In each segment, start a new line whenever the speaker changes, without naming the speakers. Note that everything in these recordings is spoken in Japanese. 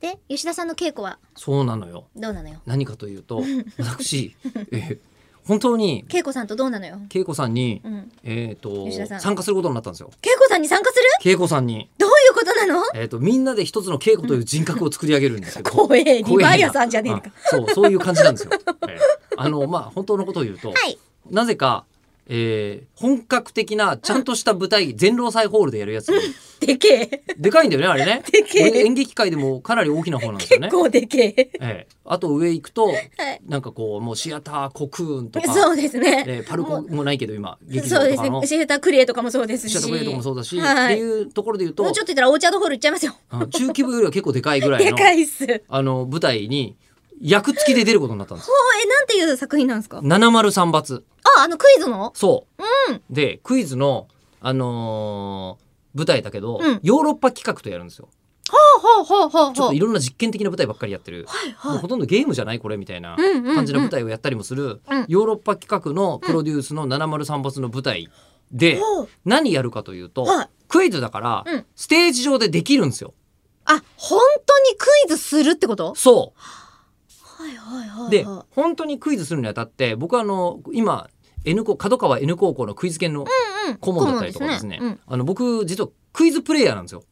で吉田さんの稽古は
そうなのよ。
どうなのよ
何かというと、私、 えー本当に
稽古さんとどうなのよ、
恵子さんに、
うん、
えっ、
吉田さ
と
ん
参加することになったんですよ。
稽古さんに参加する
恵子さんに、
どういうことなの
えっ、とみんなで一つの恵子という人格を作り上げるんですけど。
光栄リ
光栄な
バイアさんじゃねえのか
あそうそういう感じなんですよ。えーあのまあ本当のことを言うと、
はい
なぜか、えー本格的なちゃんとした舞台、全労祭ホールでやるやつ、
でけえ
でかいんだよねあれね。
でけえ
俺演劇界でもかなり大きな方なんですよね
結。構でけえ、
ええあと上行くと、
はい
なんかこうもうシアターコクーン とか、
そうですね、
ええパルコ
もう
もないけど今劇場
そう
と
です
かの
ねシェータークリエとかもそうですし
シアターコクーンとかもそうだし、
はい
っていうところで言うと
もうちょっと言ったらオーチャードホール行っちゃいますよ
うん中規模よりは結構でかいぐらい
で
の
かいっすほうえ
あの舞台に役付きで出ることになったんですよ。
なんていう作品なんですか
703罰
ああのクイズの
そう、でクイズの、あのー舞台だけど、
うん
ヨーロッパ企画とやるんですよ
ほうほうほう
ちょっ
ほう
といろんな実験的な舞台ばっかりやってる、
はい
もうほとんどゲームじゃないこれみたいな
うんうんうん
感じの舞台をやったりもする、
うん
ヨーロッパ企画のプロデュースの703発の舞台で
ほう
何やるかというと、
はい
クイズだから、
うん
ステージ上でできるんですよ
あ本当にクイズするってこと
そ
はいはいは
う
い
で
は
本当にクイズするにあたって僕はあの今 N 高角川 N 高校のクイズ研の
いうん
顧問だったりとかですね
顧問うん
あの僕実はクイズプレイヤーなんですよ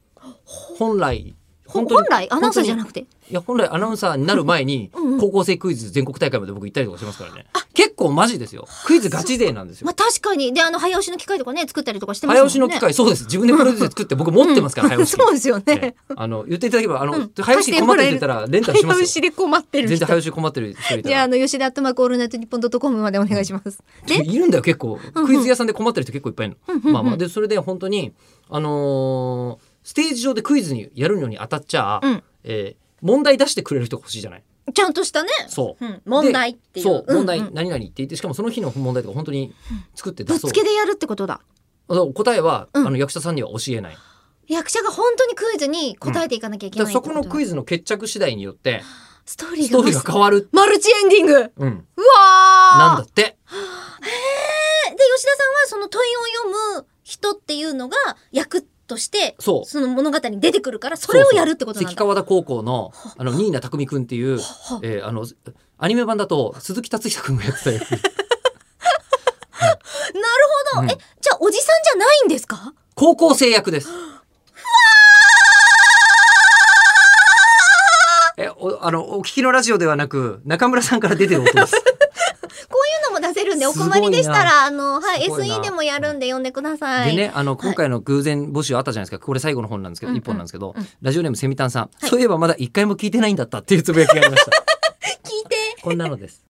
本来
ほ
本当に
本来アナウンサーじゃなくて
いや本来アナウンサーになる前に
うんうん
高校生クイズ全国大会まで僕行ったりとかしてますからね結構マジですよクイズガチ勢なんですよ
まあ確かにであの早押しの機械とかね作ったりとかしてます
早
もんね
押しの機械そうです自分でプロデュースで作って僕持ってますから
うん
早押し
そうですよね
ええあの言っていただければあ
う
の
ん
早押し困ってるって言ったらレンタルし
早
ます
押
よ
しで困ってる
全然
人
早押し困ってる人いた
じゃああの
ら
吉田アットマークオールナイトニッポンドットコムまでお願いします、で
いるんだよ結構
うん
クイズ屋さんで困ってる人結構いっぱいいる
うんうんう
の
ん
まあまあでそれで本当にあのーステージ上でクイズにやるのに当たっちゃ
うん
えー問題出してくれる人が欲しいじゃない
ちゃんとしたね
そう
うん、問題っていう
そう問題
んん
何々って言ってしかもその日の問題とか本当に作って出
ぶっ
そう
つけでやるってことだ
あの答えは、
うん
あの役者さんには教えないだか
役者が本当にクイズに答えていかなきゃいけ
ら
ないって
そ
と
こ
だ、
のクイズの決着次第によって
ストーリ
ス
ーが
トーリーが変わる、
マルチエンディングうわ
う
ー
ん、なんだって
えで吉田さんはその問いを読む人っていうのが役として
そう
その物語に出てくるからそれをやるってこと
そう
な
そ
ん
う関
だ
川田高校のあの新名匠くんっていう
は、
えーあのアニメ版だと鈴木達久くんがやって たやつ
なるほど、
うん
えじゃあおじさんじゃないんですか
高校生役ですえおあのお聞きのラジオではなく中村さんから出てる音です
こういうのも出せるんでお困りでしたらあのはい
すごいな
SE でもやるんで呼んでください
でね、あの今回の偶然募集あったじゃないですかこれ最後の本なんですけど、
うんうん
一本なんですけど、
うん
ラジオネームセミタンさん、
はい
そういえばまだ一回も聞いてないんだったっていうつぶやきがありました
聞いて
こんなのです